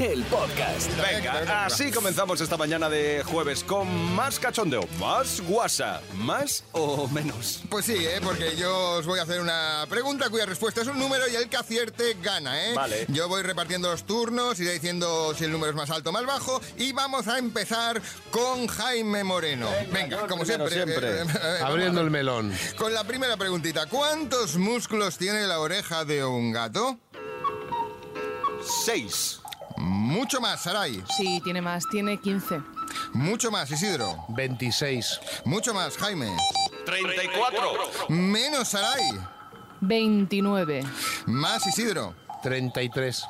el podcast. Venga, así comenzamos esta mañana de jueves con más cachondeo, más guasa, más o menos. Pues sí, ¿eh? porque yo os voy a hacer una pregunta cuya respuesta es un número y el que acierte gana. ¿eh? Vale. Yo voy repartiendo los turnos, iré diciendo si el número es más alto o más bajo y vamos a empezar con Jaime Moreno. Venga, yo el como primero, siempre. siempre. eh, vamos Abriendo el melón. a- Con la primera preguntita, ¿cuántos músculos tiene la oreja de un gato? Seis. Mucho más, Saray. Sí, tiene más, tiene 15. Mucho más, Isidro. 26. Mucho más, Jaime. 34. Menos, Saray. 29. Más, Isidro. 33.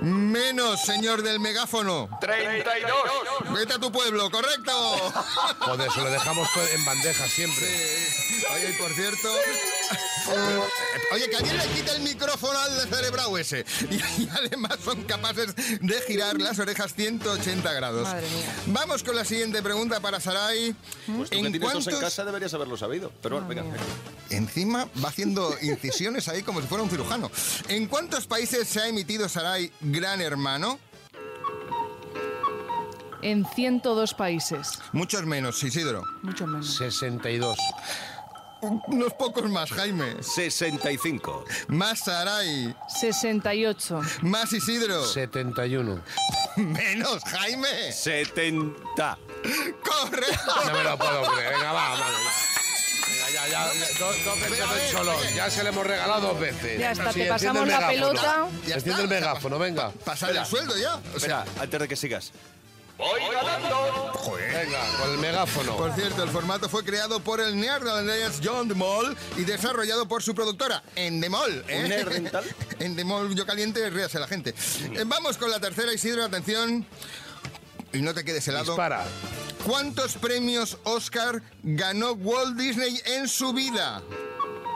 Menos, señor del megáfono. 32. Vete a tu pueblo, correcto. Joder, se lo dejamos todo en bandeja siempre. Oye, y por cierto. Oye, que alguien le quite el micrófono al descerebrado ese. Y, y además son capaces de girar las orejas 180 grados. Madre mía. Vamos con la siguiente pregunta para Sarai. Pues tú que tienes dos en Ah, casa deberías haberlo sabido. Pero bueno, venga. Encima va haciendo incisiones ahí como si fuera un cirujano. ¿En cuántos países se ha emitido Sarai Gran Hermano? En 102 países. Muchos menos, Isidro. Mucho menos. 62. Unos pocos más, Jaime. 65. Más Sarai. 68. Más Isidro. 71. Menos Jaime. 70. Correcto. No me lo puedo creer. Venga, va, vale, va. Venga, ya, ya, ya, dos, dos veces el cholón. Ya se le hemos regalado dos veces. Ya está, Sí, te enciende pasamos el la megáfono. pelota. Ya Enciende está. el megáfono, venga. Pasar el sueldo ya. O sea, Espera, antes de que sigas. Venga, con el megáfono. por cierto, el formato fue creado por el neerlandés John de Mol y desarrollado por su productora, Endemol. ¿eh? ¿Un neerrental? Endemol, yo caliente, ríase la gente. Eh, Vamos con la tercera, Isidro, atención. Y no te quedes helado. Dispara. ¿Cuántos premios Oscar ganó Walt Disney en su vida?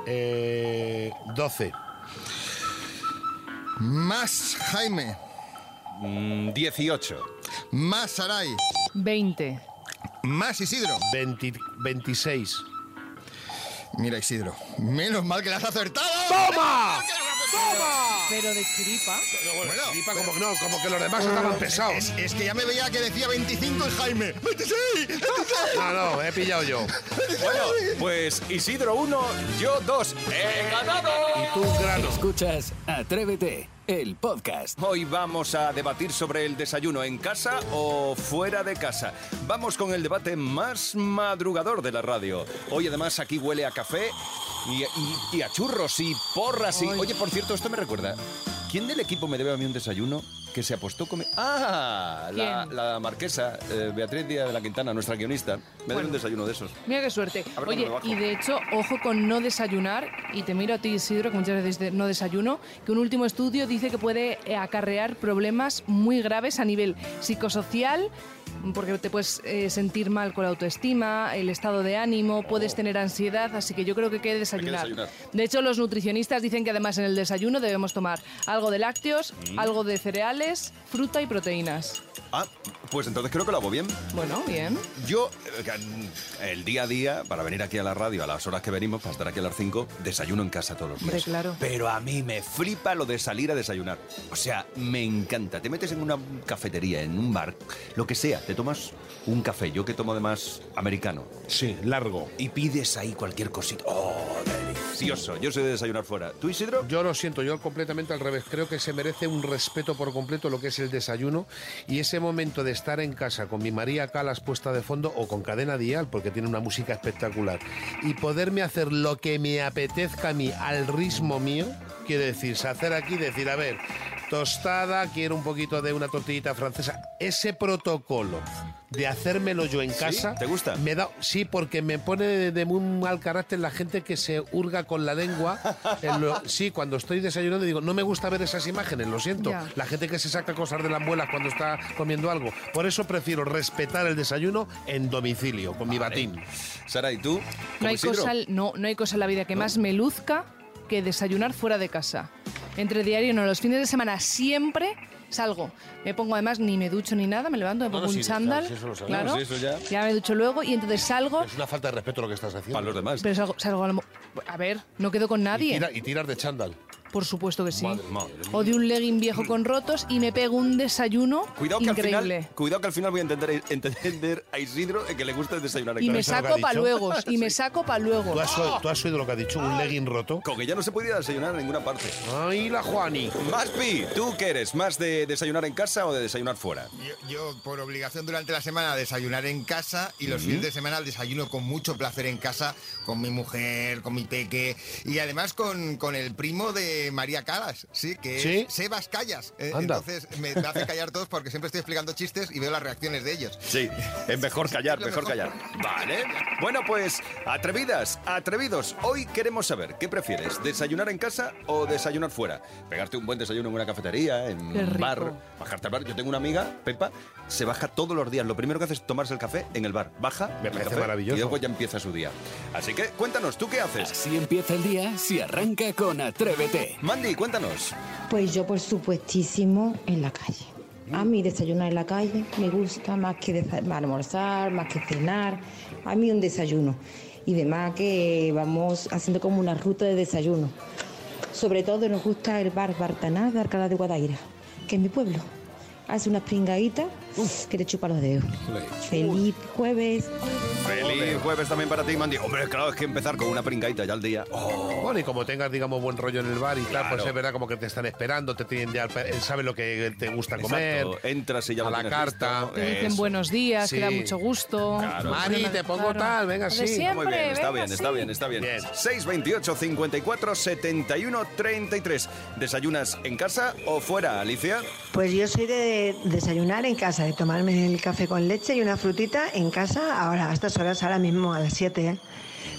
Eh, 12. Más Jaime, Mm, 18. más Sarai, 20. más Isidro. 20 26. Mira, Isidro, menos mal que las has acertado. ¡Toma! Pero de chiripa. Bueno, Flipa como, no, como que los demás estaban pesados. es, es que ya me veía que decía 25 y Jaime. ¡26! No, Ah, no, he pillado yo. Bueno, pues Isidro 1, yo 2. ¡He ganado! Tú un grano. Escuchas Atrévete, el podcast. Hoy vamos a debatir sobre el desayuno en casa o fuera de casa. Vamos con el debate más madrugador de la radio. Hoy además aquí huele a café y, y- y a churros y porras. Y... Oye, por cierto, esto me recuerda. ¿Quién del equipo me debe a mí un desayuno que se apostó con... Ah, la, ¿Quién? la marquesa eh, Beatriz Díaz de la Quintana, nuestra guionista. Me debe un desayuno de esos. Mira qué suerte. A ver cómo Oye, me bajo. y de hecho, ojo con no desayunar, y te miro a ti, Isidro, que muchas veces de- no desayuno, que un último estudio dice que puede eh, acarrear problemas muy graves a nivel psicosocial, porque te puedes eh, sentir mal con la autoestima, el estado de ánimo, puedes tener ansiedad, así que yo creo que hay que desayunar. Oh. desayunar. De hecho, los nutricionistas dicen que además en el desayuno debemos tomar algo de lácteos, Mm. algo de cereales, fruta y proteínas. Ah, pues entonces creo que lo hago bien. Bueno, bien. Yo, eh, el día a día, para venir aquí a la radio a las horas que venimos, para estar aquí a las 5, desayuno en casa todos los Hombre, días. claro. Pero a mí me flipa lo de salir a desayunar. O sea, me encanta. Te metes en una cafetería, en un bar, lo que sea, te tomas un café. Yo que tomo además americano. Sí, largo. Y pides ahí cualquier cosita. ¡Oh, delicioso! Yo soy de desayunar fuera. ¿Tú, Isidro? Yo lo siento, yo completamente al revés. Creo que se merece un respeto por completo lo que es el desayuno y ese momento de estar en casa con mi María Calas puesta de fondo o con cadena dial, porque tiene una música espectacular, y poderme hacer lo que me apetezca a mí al ritmo mío, quiere decir, hacer aquí, decir, a ver, tostada, quiero un poquito de una tortillita francesa. Ese protocolo de hacérmelo yo en ¿Sí? casa. ¿Te gusta? Me da, sí, porque me pone de, de muy mal carácter la gente que se hurga con la lengua. en lo- sí, cuando estoy desayunando digo, no me gusta ver esas imágenes, lo siento. Ya. La gente que se saca cosas de las muelas cuando está comiendo algo. Por eso prefiero respetar el desayuno en domicilio, con mi batín. Sara, ¿y tú? No ¿Como hay, Isidro? cosa, no, no hay cosa en la vida que más me luzca que desayunar fuera de casa. Entre diario no, los fines de semana siempre salgo. Me pongo además, ni me ducho ni nada, me levanto, me pongo no, un sí, claro, chándal. sí, eso lo sabemos, claro, sí, eso ya. me ducho luego y entonces salgo, Es una falta de respeto lo que estás haciendo. Para los demás. pero salgo, salgo a, lo mo- a ver, no quedo con y, nadie. tira- y tiras de chándal. Por supuesto que sí. madre mía. o de un legging viejo con rotos y me pego un desayuno Cuidado que, al increíble. final, cuidado que al final voy a entender, entender a Isidro de que le gusta desayunar en y me casa. ¿Sabes lo que ha dicho? saco pa' luego, y me saco pa' luego. ¿Tú has, oído- tú has oído lo que ha dicho? ¿Un legging roto? Con que ya no se podía desayunar en ninguna parte. ¡Ay, la Juani! Maspi, ¿tú qué eres? ¿Más de desayunar en casa o de desayunar fuera? Yo, yo, por obligación durante la semana, desayunar en casa y los fines de semana desayuno con mucho placer en casa, con mi mujer, con mi peque y además con, con el primo de María Calas, sí, que ¿Sí? es Sebas Callas. Eh, Anda. Entonces me hace callar todos porque siempre estoy explicando chistes y veo las reacciones de ellos. Sí, es mejor callar, Lo mejor callar. mejor. Vale. Bueno, pues, atrevidas, atrevidos. Hoy queremos saber, ¿qué prefieres? ¿Desayunar en casa o desayunar fuera? Pegarte un buen desayuno en una cafetería, en Qué un rico. bar, bajarte al bar. Yo tengo una amiga, Pepa, se baja todos los días. Lo primero que hace es tomarse el café en el bar. Baja, Me el parece café, maravilloso. Y luego ya empieza su día. Así que, cuéntanos, ¿tú qué haces? Así empieza el día si arranca con Atrévete. Mandy, cuéntanos. Pues yo, por supuestísimo, en la calle. A mí desayunar en la calle me gusta más que desa- almorzar, más que cenar. A mí un desayuno. Y demás que vamos haciendo como una ruta de desayuno. Sobre todo nos gusta el bar Bartaná de Alcalá de Guadaira, que es mi pueblo. Hace unas pringaditas que te chupa los dedos. Feliz jueves. Feliz jueves también para ti, Mandy. Hombre, claro, es que empezar con una pringaita ya al día. Oh, Bueno, y como tengas, digamos, buen rollo en el bar y tal, pues Claro. es verdad como que te están esperando, te tienen ya, él sabe lo que te gusta Exacto. comer. Entras y ya a lo la tienes carta. eh, listo. Te dicen Eso. buenos días, que da Sí. mucho gusto. Claro. Mari, te pongo tal, venga, De sí. Muy siempre, bien, está venga, bien, sí. está bien, está bien. Bien. 628 54 71 33. ¿Desayunas en casa o fuera, Alicia? Pues yo soy de desayunar en casa, de tomarme el café con leche y una frutita en casa ahora, a estas horas, ahora mismo, a las 7. ¿eh?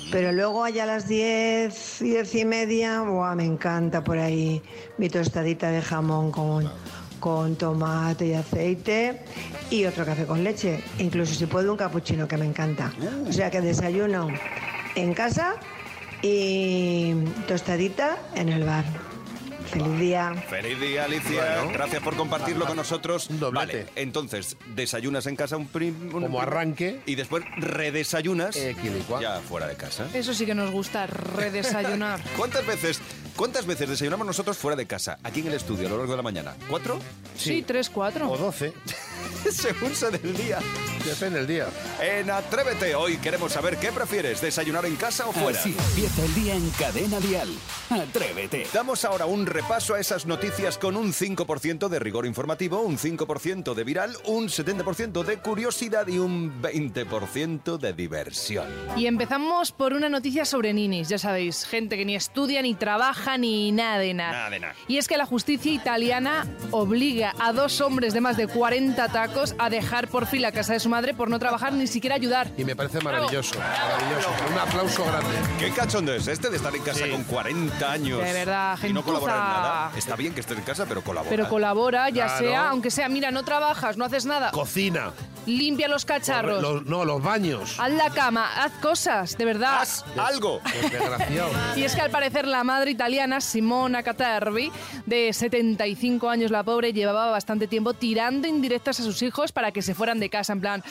Pero luego allá a las 10, 10 y media, ¡buah, me encanta por ahí mi tostadita de jamón con, con tomate y aceite y otro café con leche. Incluso si puedo un capuchino, que me encanta. O sea que desayuno en casa y tostadita en el bar. Feliz día. Feliz día, Alicia. Bueno. Gracias por compartirlo con nosotros. Un doblete. Vale, entonces, desayunas en casa un prim, un- Como arranque. Y después redesayunas Eh, quilicua. ya fuera de casa. Eso sí que nos gusta redesayunar. ¿Cuántas veces, ¿Cuántas veces desayunamos nosotros fuera de casa? Aquí en el estudio a lo largo de la mañana. ¿Cuatro? sí, tres, cuatro. O 12, Según sea del día. depende del día. En Atrévete, hoy queremos saber qué prefieres, desayunar en casa o fuera. Así empieza el día en Cadena Dial. Atrévete. Damos ahora un repaso a esas noticias con un 5% de rigor informativo, un 5% de viral, un 70% de curiosidad y un 20% de diversión. Y empezamos por una noticia sobre ninis, ya sabéis, gente que ni estudia, ni trabaja, ni nada de nada. Nada de nada. Y es que la justicia italiana obliga a dos hombres de más de 40 tacos a dejar por fin la casa de su madre por no trabajar ni siquiera ayudar. Y me parece maravilloso, maravilloso. Un aplauso grande. ¿Qué cachondo es este de estar en casa Sí. con 40 años? De verdad, Y no gentuza. colaborar en nada. Está bien que estés en casa, pero colabora. Pero colabora, ya Claro. sea, aunque sea, mira, no trabajas, no haces nada, Cocina. limpia los cacharros, Los- no, los baños. haz la cama, haz cosas, de verdad. ¡Haz algo! Desgraciado. Y es que al parecer la madre italiana, Simona Catervi, de 75 años la pobre, llevaba bastante tiempo tirando indirectas a sus hijos para que se fueran de casa, en plan,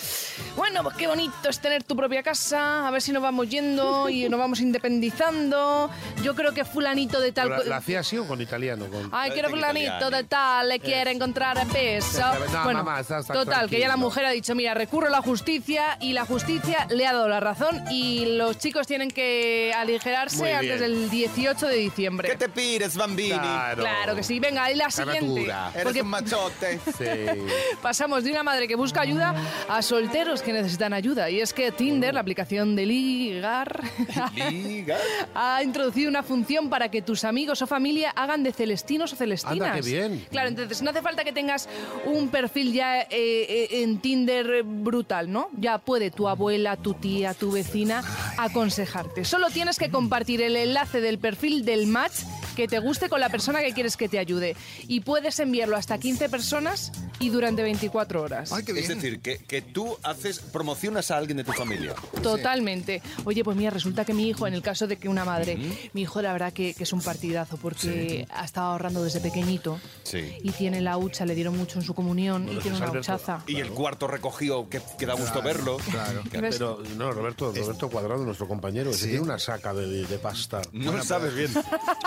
bueno, pues qué bonito es tener tu propia casa, a ver si nos vamos yendo y nos vamos independizando, yo creo que fulanito de tal... Pero ¿La, co- la hacía así o con italiano? Con... Ay, quiero En fulanito italiano. de tal, le quiere encontrar peso. No, bueno, mamá, está- está total, que ya la tranquilo. mujer ha dicho, mira, recurro a la justicia y la justicia le ha dado la razón y los chicos tienen que Muy aligerarse antes bien. del 18 de diciembre. ¿Qué te pires, bambini? Claro que sí. Venga, y la siguiente. natura. Eres Porque un machote. Sí. pasamos de una madre que busca ayuda a solteros que necesitan ayuda. Y es que Tinder, la aplicación de ligar, Liga. ha introducido una función para que tus amigos o familia hagan de celestinos o celestinas. Anda, qué bien. Claro, entonces no hace falta que tengas un perfil ya eh, eh, en entender brutal, ¿no? Ya puede tu abuela, tu tía, tu vecina aconsejarte. Solo tienes que compartir el enlace del perfil del match que te guste con la persona que quieres que te ayude. Y puedes enviarlo hasta 15 personas y durante 24 horas. Ay, qué bien. Es decir, que, que tú haces, promocionas a alguien de tu familia. Totalmente. Oye, pues mira, resulta que mi hijo, en el caso de que una madre, mi hijo la verdad que, que es un partidazo porque ha estado ahorrando desde pequeñito Sí. y tiene la hucha, le dieron mucho en su comunión y tiene una pues Alberto. huchaza. Y el cuarto recogido, que, que da gusto verlo. Claro. ¿Ves? Pero, no, Roberto, Roberto Cuadrado, nuestro compañero, ese Sí. tiene una saca de, de- de pasta. No lo sabes bien.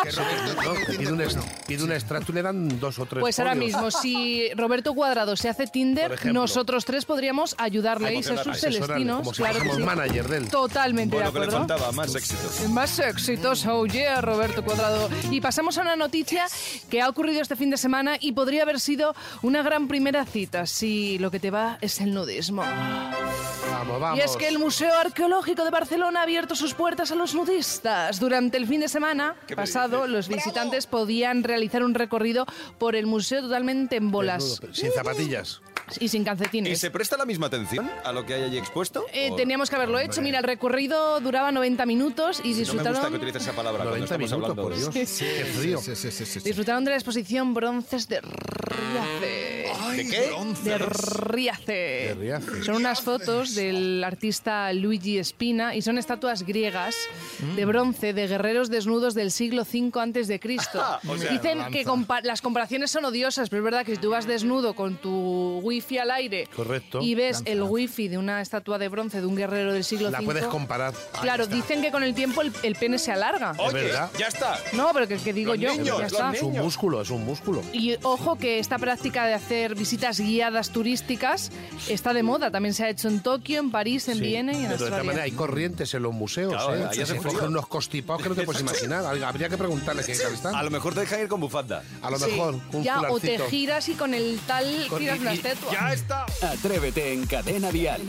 Que Roberto No, tiene que pide, Tinder, un, est- bueno, pide un extracto y le dan dos o tres. Pues ahora folios. mismo, si Roberto Cuadrado se hace Tinder, Por ejemplo. nosotros tres podríamos ayudarle y ser Asesorarle, sus asesorarle, celestinos. como si claro que fuésemos sí. manager de él. Totalmente Bueno, que de le acuerdo. faltaba, más éxito. Más exitoso, oh yeah, Roberto Cuadrado. Y pasamos a una noticia que ha ocurrido este fin de semana y podría haber sido una gran primera cita si lo que te va es el nudismo. Vamos, vamos. Y es que el Museo Arqueológico de Barcelona ha abierto sus puertas a los nudistas. Durante el fin de semana ¿Qué me pasado, dices? los visitantes podían realizar un recorrido por el museo totalmente en Desnudo, bolas pero Sin zapatillas. y sin calcetines. ¿Y se presta la misma atención a lo que hay allí expuesto? Eh, ¿O- teníamos que haberlo hecho. Mira, el recorrido duraba 90 minutos y No me disfrutaron, gusta que utilices esa palabra cuando 90 estamos minutos, hablando. por Dios. Qué frío. Sí, sí, sí, sí, sí. disfrutaron de la exposición Bronces de Riace. Ay, qué? bronce. De Riace. De Riace. Son unas fotos del artista Luigi Espina y son estatuas griegas Mm. de bronce de guerreros desnudos del siglo V antes de Cristo. O sea, Dicen avanza. que compa- las comparaciones son odiosas, pero es verdad que si tú vas desnudo con tu wifi al aire Correcto. y ves el wifi de una estatua de bronce de un guerrero del siglo La V, puedes comparar. Claro, dicen que con el tiempo el, el pene se alarga. Oye, verdad. ya está. No, pero que, que digo Oh. Los yo, niños, ya los está. Es un Niño. músculo, es un músculo. Y ojo que esta práctica de hacer visitas guiadas turísticas está de moda. También se ha hecho en Tokio, en París, en Sí. Viena y en Pero de todas maneras Australia. hay corrientes en los museos, Claro, ¿eh? ahí hace Se frío. cogen unos constipados que no te puedes imaginar. Habría que preguntarle qué tal A están. lo mejor te dejan ir con bufanda. A lo Sí. mejor un ya, o te fularcito. giras y con el tal Con- giras y- una y- estatua. está. Atrévete en Cadena Dial.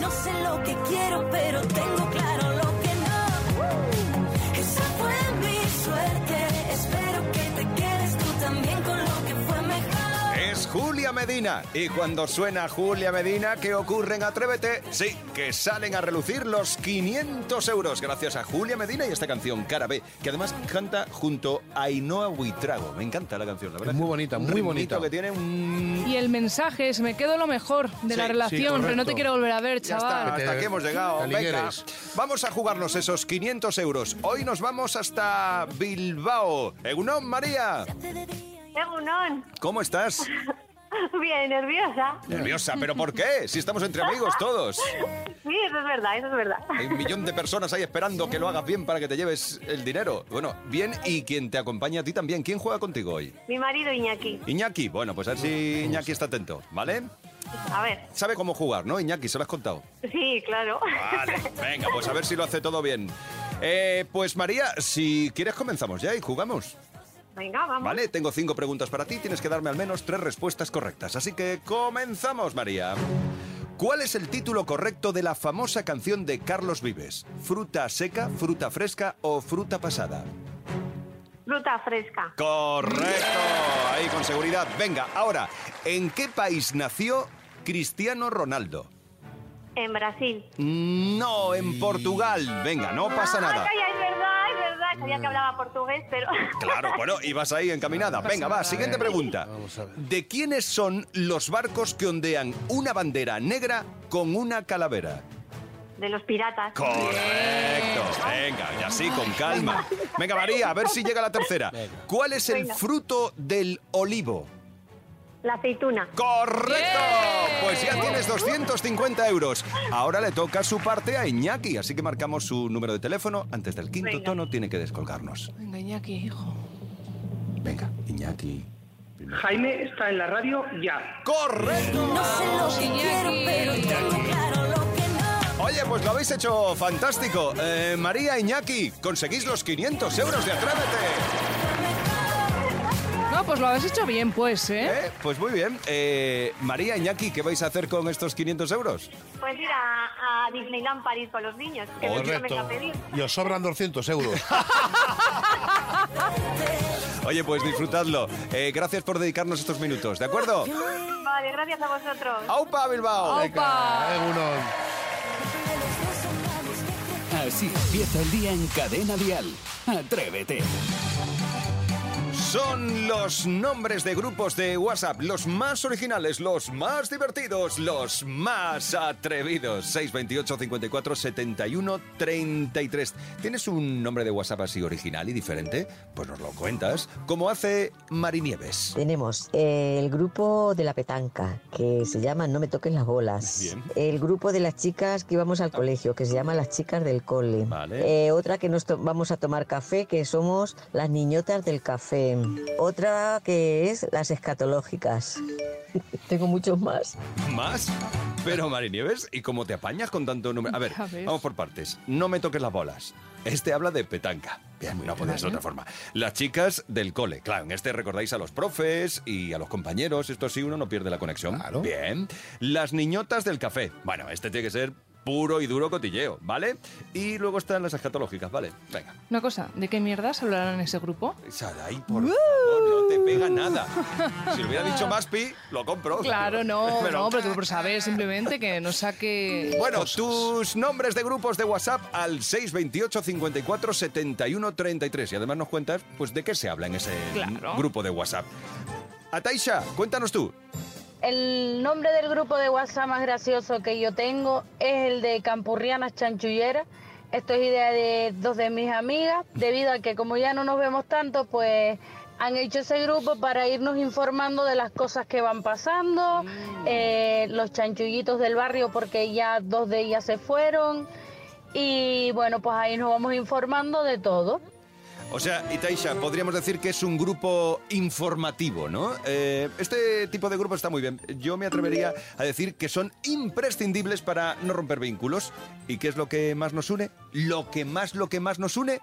No sé lo que quiero, pero tengo claro lo que no. Esa fue mi suerte. Espero que te quedes tú también con lo que fue mejor. Es Julia Medina. Y cuando suena Julia Medina, ¿qué ocurre en Atrévete? Sí, que salen a relucir los 500 euros gracias a Julia Medina y esta canción, Cara B, que además canta junto a Ainhoa Buitrago. Me encanta la canción, la verdad. Es muy bonita, muy Un ritmito bonita. que tiene un... Y el mensaje es, me quedo lo mejor de Sí, la sí, relación, pero no correcto. te quiero volver a ver, Ya está, chaval. Que te- hasta aquí hemos llegado. te Venga, ligueres. vamos a jugarnos esos 500 euros. Hoy nos vamos hasta Bilbao. Egunon, María, Egunon. ¿cómo estás? Bien, nerviosa. Nerviosa, pero ¿por qué? Si estamos entre amigos todos. Sí, eso es verdad, eso es verdad. Hay un millón de personas ahí esperando que lo hagas bien para que te lleves el dinero. Bueno, bien y quien te acompaña a ti también. ¿Quién juega contigo hoy? Mi marido Iñaki. Iñaki. Bueno, pues a ver si Iñaki está atento, ¿vale? A ver. Sabe cómo jugar, ¿no, Iñaki? Se lo has contado. Sí, claro. Vale, venga, pues a ver si lo hace todo bien. Eh, pues María, si quieres comenzamos ya y jugamos, Venga, vamos. ¿vale? Tengo cinco preguntas para ti, tienes que darme al menos tres respuestas correctas. Así que comenzamos, María. ¿Cuál es el título correcto de la famosa canción de Carlos Vives? ¿Fruta seca, fruta fresca o fruta pasada? Fruta fresca. Correcto, ahí con seguridad. Venga, ahora, ¿en qué país nació Cristiano Ronaldo? En Brasil. No, en Portugal. Venga, no pasa nada. Ay, ay, es verdad, es verdad. Sabía que hablaba portugués, pero... Claro, bueno, y vas ahí encaminada. Venga, va, siguiente pregunta. Ah, Vamos a ver. ¿De quiénes son los barcos que ondean una bandera negra con una calavera? De los piratas. Correcto. Venga, y así con calma. Venga, María, a ver si llega la tercera. ¿Cuál es el Venga. fruto del olivo? La aceituna. ¡Correcto! Pues ya tienes 250 euros. Ahora le toca su parte a Iñaki, así que marcamos su número de teléfono. Antes del quinto Venga. tono tiene que descolgarnos. Venga, Iñaki, hijo. Venga, Iñaki. Jaime está en la radio ya. ¡Correcto! No sé lo que Iñaki. quiero, pero tengo claro lo que no. Oye, pues lo habéis hecho fantástico. Eh, María Iñaki, conseguís los 500 euros de Atrévete. No, pues lo habéis hecho bien, pues, ¿eh? ¿Eh? Pues muy bien. Eh, María Iñaki, ¿qué vais a hacer con estos 500 euros? Pues ir a, a Disneyland París con los niños. Que es lo que me Correcto. está pedir. Y os sobran 200 euros. Ah. Oye, pues disfrutadlo. Eh, gracias por dedicarnos estos minutos, ¿de acuerdo? vale, gracias a vosotros. ¡Aupa, Bilbao! ¡Aupa! Egunon. Así empieza el día en Cadena Dial. Atrévete. Son los nombres de grupos de WhatsApp, los más originales, los más divertidos, los más atrevidos. 628 54 71 33. ¿Tienes un nombre de WhatsApp así original y diferente? Pues nos lo cuentas, como hace Marinieves. Tenemos eh, el grupo de la petanca, que se llama No me toques las bolas. Bien. El grupo de las chicas que íbamos al colegio, que se llama Las chicas del cole. Vale. Eh, otra que nos to- vamos a tomar café, que somos las niñotas del café. Otra que es las escatológicas. Tengo muchos más. ¿Más? Pero Marinieves, ¿y cómo te apañas con tanto número? A ver, Ya ves. vamos por partes. No me toques las bolas. Este habla de petanca. Bien, no podía ser de otra forma. Las chicas del cole. Claro, en este recordáis a los profes y a los compañeros. Esto sí, uno no pierde la conexión. Claro. Bien. Las niñotas del café. Bueno, este tiene que ser puro y duro cotilleo, ¿vale? Y luego están las escatológicas, ¿vale? Venga. Una cosa, ¿de qué mierdas hablarán en ese grupo? Sarai, por favor, no te pega nada. Si lo hubiera dicho más pi, lo compro. Claro, no, Pero- no, pero tú por saber simplemente que no saque... Bueno, tus nombres de grupos de WhatsApp al 628 54 71 33. Y además nos cuentas, pues, de qué se habla en ese Claro. grupo de WhatsApp. Ataisha, cuéntanos tú. El nombre del grupo de WhatsApp más gracioso que yo tengo es el de Campurrianas Chanchulleras. Esto es idea de dos de mis amigas, debido a que como ya no nos vemos tanto, pues han hecho ese grupo para irnos informando de las cosas que van pasando, eh, los chanchullitos del barrio, porque ya dos de ellas se fueron. Y bueno, pues ahí nos vamos informando de todo. O sea, Ataisha, podríamos decir que es un grupo informativo, ¿no? Eh, este tipo de grupo está muy bien. Yo me atrevería a decir que son imprescindibles para no romper vínculos. ¿Y qué es lo que más nos une? Lo que más, lo que más nos une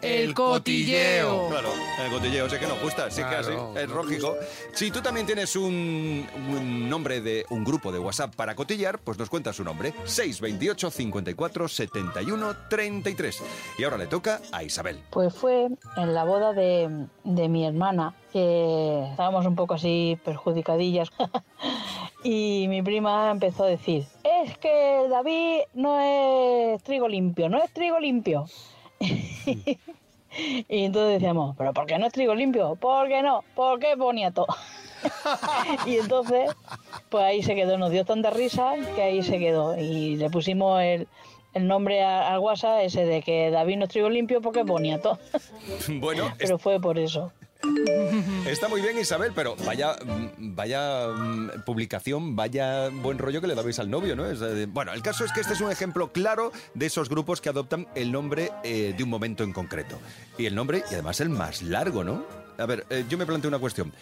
El cotilleo. Claro, el cotilleo, sé que nos gusta, sí Claro, que así, es nos lógico. Si tú también tienes un, un nombre de un grupo de WhatsApp para cotillar, pues nos cuenta su nombre, 628 54 71 33. Y ahora le toca a Isabel. Pues fue en la boda de, de mi hermana, que estábamos un poco así perjudicadillas. y mi prima empezó a decir, es que David no es trigo limpio, no es trigo limpio. y entonces decíamos, pero ¿por qué no es trigo limpio? ¿Por qué no? Porque es boniato. y entonces, pues ahí se quedó, nos dio tanta risa que ahí se quedó. Y le pusimos el, el nombre a- al WhatsApp ese de que David no es trigo limpio porque es boniato. Bueno, es- Pero fue por eso. está muy bien Isabel, pero vaya, mm, vaya mm, publicación, vaya buen rollo que le dabais al novio, ¿no? Es, eh, bueno, el caso es que este es un ejemplo claro de esos grupos que adoptan el nombre eh, de un momento en concreto. Y el nombre, y además el más largo, ¿no? A ver, eh, yo me planteo una cuestión.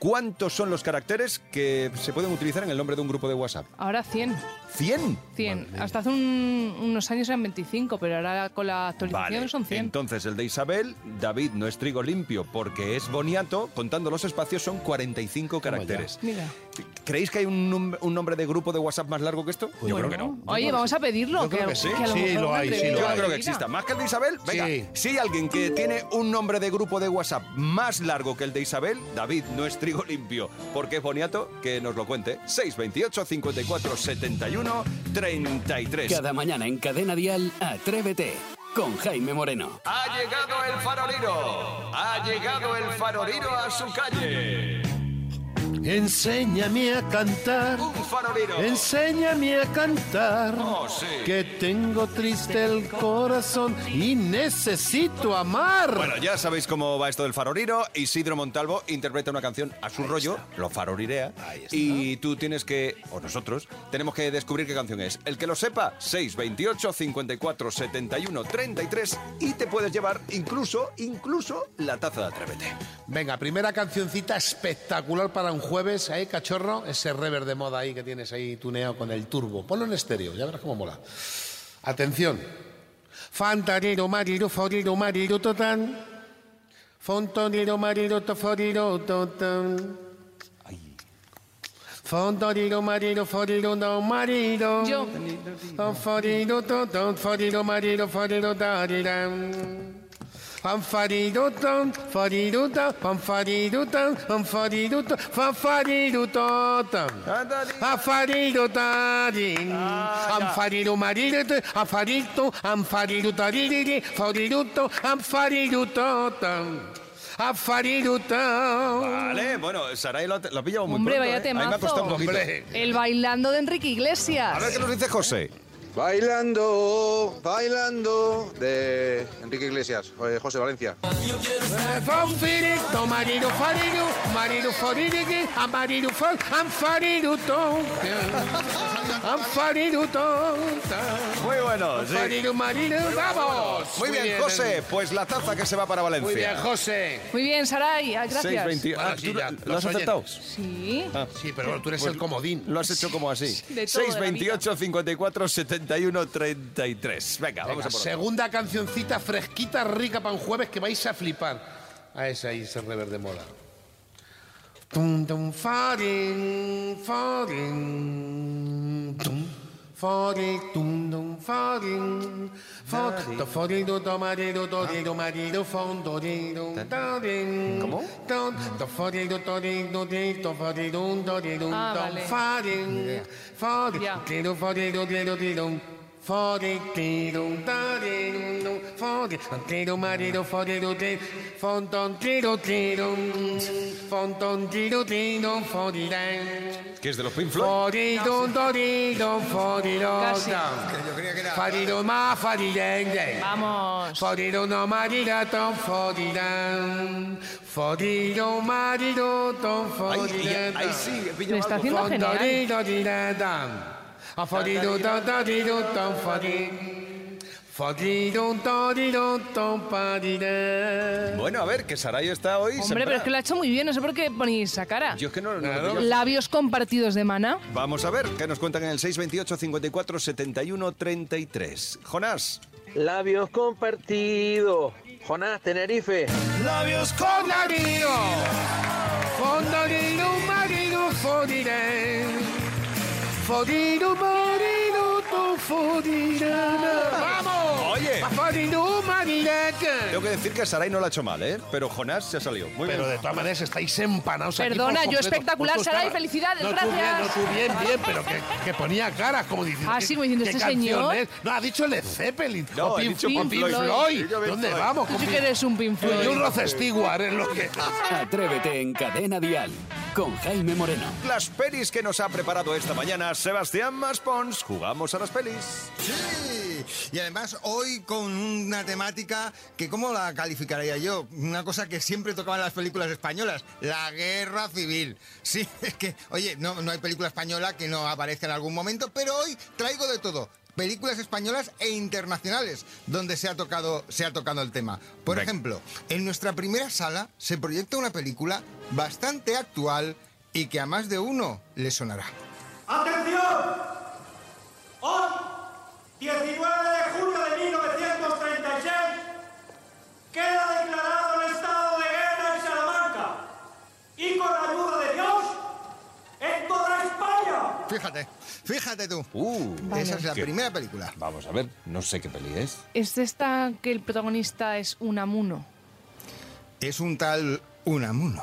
¿Cuántos son los caracteres que se pueden utilizar en el nombre de un grupo de WhatsApp? Ahora 100. ¿100? 100. Hasta hace un- unos años eran 25, pero ahora con la actualización Vale, son 100. entonces el de Isabel, David no es trigo limpio porque es boniato, contando los espacios son 45 caracteres. Mira. ¿Creéis que hay un, num- un nombre de grupo de WhatsApp más largo que esto? Pues Yo creo Bueno, que no. Oye, vamos a pedirlo. Yo creo que sí. a lo Sí, mejor lo una hay, sí, entrevista lo Yo no creo hay. que divina. exista. ¿Más que el de Isabel? Venga, Sí. si hay alguien que tiene un nombre de grupo de WhatsApp más largo que el de Isabel, David no es trigo limpio, porque es boniato, que nos lo cuente. 628 54 71 33. Cada mañana en Cadena Dial, Atrévete con Jaime Moreno. Ha llegado el farolino. Ha llegado el farolino a su calle. Enséñame a cantar, Un farolino. enséñame a cantar. Oh, sí. Que tengo triste el corazón y necesito amar. Bueno, ya sabéis cómo va esto del faroriro. Isidro Montalvo interpreta una canción a su rollo, lo farorirea. Y tú tienes que, o nosotros, tenemos que descubrir qué canción es. El que lo sepa, 628 54 71 33 y te puedes llevar incluso, incluso la taza de Atrévete. Venga, primera cancioncita espectacular para un jueves, ¿eh, cachorro? Ese rever de moda ahí que tienes ahí tuneado con el turbo. Ponlo en estéreo, ya verás cómo mola. Atención. Fantarero, mariro, foriro, mariro, totan. Fontorero, mariro, toforiro, totan. Fontorero, mariro, foriro, no, mariro. Yo. Foriro, totan, foriro, mariro, foriro, tariran. Fanfarirutan, farirutan, fanfarirutan, fanfarirutan, fanfarirutatan. Afarirutarin. Anfarirumarirute, afaritu, anfarirutaririri, fariruto, anfarirutatan. Afarirutan. Vale, bueno, Saray lo, ha- lo ha pillado muy Hombre, pronto. vaya ¿eh? A mí me ha costado un temazo. poquito. El bailando de Enrique Iglesias. A ver qué nos dice José. Bailando, bailando de Enrique Iglesias, eh, José Valencia. Fanfirito, marido fariru, marido faririgi, amarido far, anfariruto. Anfariruto. Muy bueno, sí. Marido, marido, vamos. Muy bien, José, pues la taza que se va para Valencia. Muy bien, José. Muy bien, Saray, ah, gracias. 6.20. Ah, Ah, sí, ¿tú ya, ¿Lo los has oyentes. aceptado? Sí. sí, pero bueno, tú eres el comodín. Lo has hecho como así. De todo, de la 628 54 71 33. Venga, vamos Venga, a por otra. segunda cancioncita fresquita, rica para un jueves que vais a flipar. A esa ahí se reverde mola. Tum, tum, farin, farin, tum, fori, tum, tum, farin, fori, to, fori, do, to, marido, to, rido, marido, fon, do, rido, tarin, ton, to, fori, do, to, rido, ri, to, fori, dun, do, ri, dun, Ah, ton, vale. farin, Ni idea. fori, Ya. tiru, fori, do, rido, ri, dun, fori, tiru, tarin, dun, fori, tiru, marido, fori, do, ri, fon, ton, tiru, tiru, fon, ton, tiru, tiru, fori, dan. ¿Qué es de los Pink Floyd? Foridun, doridun, Casi. foridotan. Faridun, ma, faridende. Vamos. Foridun, no, maridaton, foridan. Foridun, maridoton, foridan. ahí sí, he pillado Lo está algo. haciendo genial. Fondoridoridadan. A foridun, doridutan, forin. Foridun, doridutan, paridan. Bueno, a ver, que Saray está hoy. Hombre, pero es que lo ha hecho muy bien, no sé por qué ponéis esa cara. Yo es que no, no lo pillo. Labios compartidos de mana. Vamos a ver qué nos cuentan en el 628 54 71 33. Jonás. Labios compartidos. Jonás, Tenerife. Labios con Darío. Fondorino, marino, foriré. Forino, marino, tu forirana. Ah. ¡Vamos! Oye. Forino, Tengo que decir que Saray no lo ha hecho mal, ¿eh? Pero Jonás se ha salido. Muy Pero bien. de todas maneras estáis empanados aquí por Perdona, yo completo. espectacular, Pues tú Saray, estabas- felicidades, no, gracias. Tú bien, no, tú bien, bien, pero que, que ponía caras como diciendo. Ah, ¿qué- sí, como diciendo, qué ¿este canción señor? es? No, ha dicho Led Zeppelin. No, o he Pink, dicho Pink Pink Floyd. Floyd. He dicho Pink ¿Dónde Floyd. vamos? Tú con sí que Pink- eres un Pink Floyd. Y un Rod Stewart es lo que. Ah, Atrévete en Cadena Dial con Jaime Moreno. Las pelis que nos ha preparado esta mañana Sebastián Maspons. Jugamos a las pelis. Sí. Y además hoy con una temática que cómo la calificaría yo, una cosa que siempre tocaban las películas españolas, la guerra civil. Sí, es que, oye, no, no hay película española que no aparezca en algún momento, pero hoy traigo de todo. Películas españolas e internacionales donde se ha tocado, se ha tocado el tema. Por Venga. ejemplo, en nuestra primera sala se proyecta una película bastante actual y que a más de uno le sonará. ¡Atención! Hoy, 19 de julio de 1936, queda declarado el estado de guerra en Salamanca. Y con la ayuda de Dios, en toda España. Fíjate, fíjate tú. Esa es la Qué- primera película. Uh, Vamos a ver, no sé qué peli es. Es esta que el protagonista es Unamuno. Es un tal Unamuno.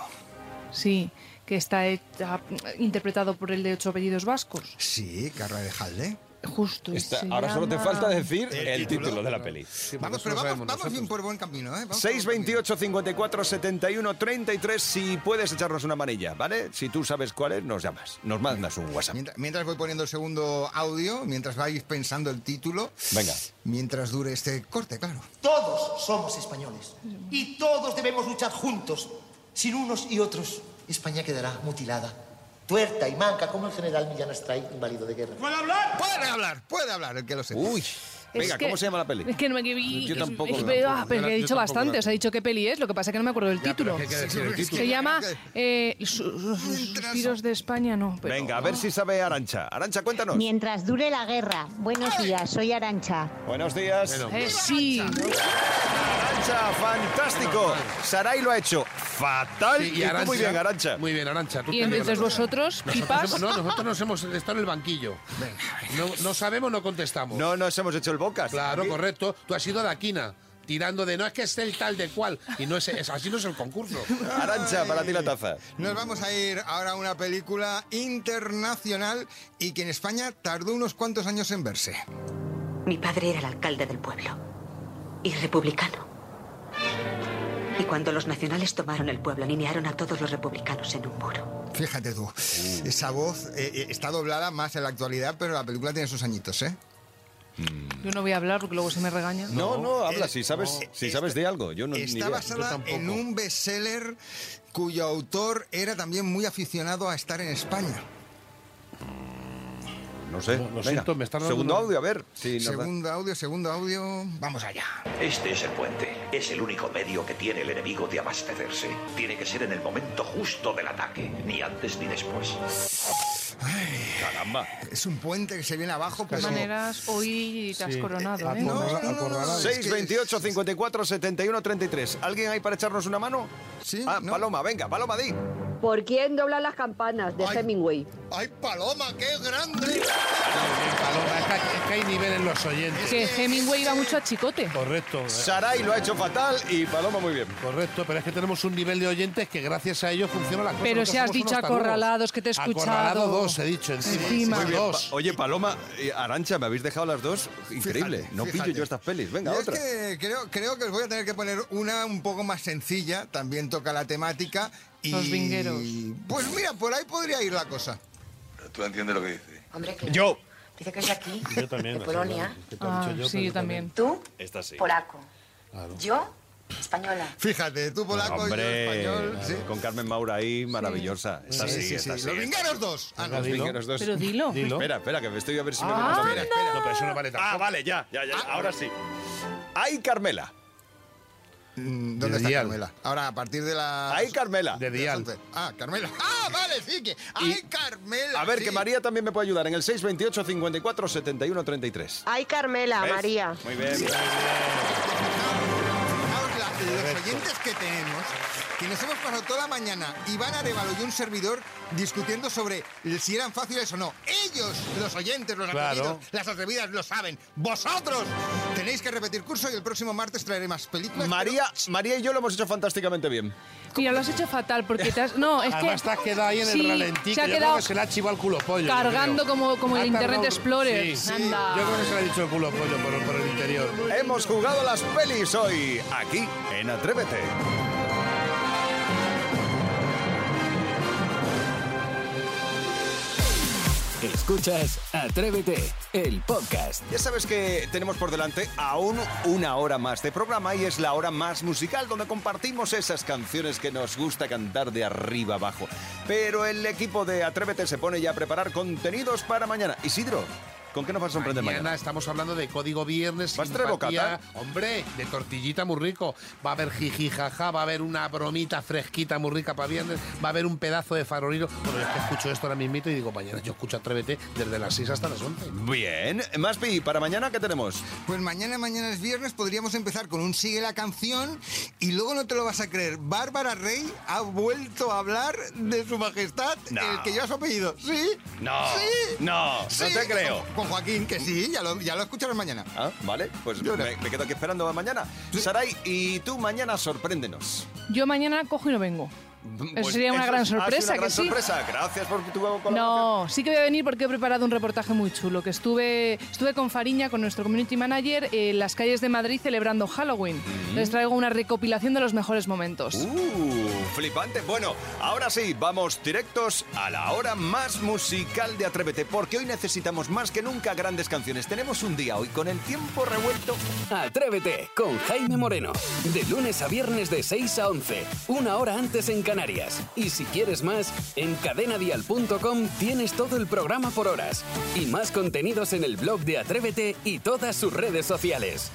Sí, que está hecha- interpretado por el de ocho apellidos vascos. Sí, Carla de Jalde. Justo. y Está- Pues se ahora solo te llama- falta decir El el, título. título, de la peli. Vamos, pero vamos, vamos bien por buen camino, ¿eh? Vamos por buen 628 54 71 33 si puedes echarnos una manilla, ¿vale? Si tú sabes cuál es, nos llamas, nos mandas un WhatsApp. Mientras, mientras voy poniendo el segundo audio, mientras vais pensando el título. Venga. Mientras dure este corte, claro. Todos somos españoles y todos debemos luchar juntos. Sin unos y otros, España quedará mutilada, tuerta y manca como el general Millán Astray, inválido de guerra. ¿Puede hablar? Puede hablar, puede hablar, el que lo sepa. Uy. Es Venga, que- ¿cómo se llama la peli? Es que no me vi. Yo tampoco es que- me acuerdo. ah, pero Yo que la- he yo dicho tampoco bastante. la- Os he dicho qué peli es, lo que pasa es que no me acuerdo del título. pero es que hay que decir el título. Se llama eh, su- su- Suspiros de España, no. pero- Venga, a ver si sabe Arancha. Arancha, cuéntanos. Mientras dure la guerra. Buenos días, soy Arancha. Buenos días. Eh, sí. Arancha, fantástico. Saray lo ha hecho fatal. Sí, y tú muy bien, Arancha. Muy bien, Arancha. tú Y te entonces libras. vosotros, Nosotros pipas. hemos- no, nosotros nos hemos estado en el banquillo. No, no sabemos, no contestamos. No nos hemos hecho el bocas. Claro, correcto. Tú has ido a la quina. tirando de no es que es el tal de cual. Y no es, es- así no es el concurso. Arancha, para ti la taza. Nos vamos a ir ahora a una película internacional y que en España tardó unos cuantos años en verse. Mi padre era el alcalde del pueblo y republicano. Y cuando los nacionales tomaron el pueblo, alinearon a todos los republicanos en un muro. Fíjate tú, esa voz eh, eh, está doblada más en la actualidad, pero la película tiene sus añitos, ¿eh? Yo no voy a hablar porque luego se me regaña. No, no, habla, Eh, si sabes, no. si sabes de algo. Yo no ni Está idea. basada en un bestseller cuyo autor era también muy aficionado a estar en España. No sé. Lo venga. siento, me está dando Segundo una- audio, a ver. si nos da- segundo audio, segundo audio. Vamos allá. Este es el puente. Es el único medio que tiene el enemigo de abastecerse. Tiene que ser en el momento justo del ataque, ni antes ni después. Caramba. Es un puente que se viene abajo, De pero... todas maneras, hoy te has coronado, ¿eh? Ah, No, no, no, no, es que- 628 54 71 33. ¿Alguien hay para echarnos una mano? Sí. Ah, Paloma, venga, Paloma, di. ¿Por quién doblan las campanas? De Hemingway. ¡Ay, Paloma, qué grande! Paloma, es que, hay- es que hay nivel en los oyentes. Que Hemingway iba mucho a chicote. Correcto. eh, Saray lo ha hecho fatal y Paloma muy bien. Correcto, pero es que tenemos un nivel de oyentes que gracias a ellos funciona la cosa. Pero Nosotros si has somos dicho unos tarugos. acorralados, que te he escuchado. Acorralado dos, he dicho, encima. Encima. Muy bien, pa- Dos. Oye, Paloma, eh, Arancha, me habéis dejado las dos. Increíble. Fíjate, no fíjate. pillo yo estas pelis. Venga, Yo otra. Es que creo, creo que os voy a tener que poner una un poco más sencilla, también toca la temática. Y, Los vingueros. Pues mira, por ahí podría ir la cosa. Tú entiendes lo que dice. Hombre, que Yo. dice que es de aquí, Yo también. de Polonia, Ah, sí, yo también. tú, Esta sí. polaco, yo, española. Fíjate, tú polaco Hombre, y yo español. claro, sí. con Carmen Maura ahí, maravillosa. Esta Sí, sí, sí, esta sí. sí. ¿eh? esta Los vingueros sí. dos. Ah, no. Los dilo. vingueros dos. Pero dilo. Dilo. Espera, espera, que me estoy a ver si me Anda. conoce bien. No, pero eso no vale Ah, vale, ya, ya, ya. Ahora sí. Ay, Carmela. Mm, ¿Dónde está Dial. Carmela? Ahora, a partir de la. Ay, Carmela. Ah, De Dial. Ah, Carmela. Ah, vale, sí que. Ay, Carmela. A ver, sí. que María también me puede ayudar en el 628 54 71 33. Ay, Carmela, ¿Ves? María. Muy bien. Fijaos la- los oyentes que tenemos, que nos hemos pasado toda la mañana, Iván Arevalo y un servidor discutiendo sobre si eran fáciles o no. Ellos, los oyentes, los Claro. atrevidos, las atrevidas, lo saben. ¡Vosotros! Tenéis que repetir curso y el próximo martes traeré más películas. María, María y yo lo hemos hecho fantásticamente bien. Mira, lo has hecho fatal porque te has... No, es Además, que... te has quedado ahí en Sí, el ralentí, se ha que yo creo quedado que se le ha chivado el culo pollo. yo cargando creo. como- como el Ha Internet tardado- Explorer. Sí, sí. Anda. Yo creo que se le ha dicho el culo pollo por, por el interior. Hemos jugado las pelis hoy, aquí en Atrévete. Escuchas Atrévete, el podcast. Ya sabes que tenemos por delante aún una hora más de programa y es la hora más musical donde compartimos esas canciones que nos gusta cantar de arriba abajo. Pero el equipo de Atrévete se pone ya a preparar contenidos para mañana. Isidro, ¿con qué nos vas a sorprender mañana? Mañana estamos hablando de código viernes. ¿Vas a traer simpatía. bocata? Hombre, de tortillita muy rico. Va a haber jiji jaja, va a haber una bromita fresquita muy rica para viernes, va a haber un pedazo de farolino. Bueno, yo es que escucho esto ahora mismito y digo, mañana yo escucho Atrévete desde las 6 hasta las 11. Bien, Maspi, ¿para mañana qué tenemos? Pues mañana, mañana es viernes, podríamos empezar con un sigue la canción y luego no te lo vas a creer. Bárbara Rey ha vuelto a hablar de su majestad, No. el que lleva su apellido. ¿Sí? No, ¿Sí? no, no Sí, te creo. Con, con Joaquín, que sí, ya lo, ya lo escucharás mañana. Ah, vale, pues Yo no. me, me quedo aquí esperando a mañana. Saray, y tú mañana sorpréndenos. Yo mañana cojo y no vengo. Pues sería una eso gran es- ha sido sorpresa, una gran que sí. sorpresa. Gracias por tu colaboración. No, sí que voy a venir porque he preparado un reportaje muy chulo, que estuve, estuve con Fariña, con nuestro community manager, en las calles de Madrid celebrando Halloween. Les traigo una recopilación de los mejores momentos. Uh, flipante. Bueno, ahora sí, vamos directos a la hora más musical de Atrévete, porque hoy necesitamos más que nunca grandes canciones. Tenemos un día hoy con el tiempo revuelto. Atrévete con Jaime Moreno. De lunes a viernes de 6 a 11, una hora antes en Canarias. Y si quieres más, en cadenadial.com tienes todo el programa por horas. Y más contenidos en el blog de Atrévete y todas sus redes sociales.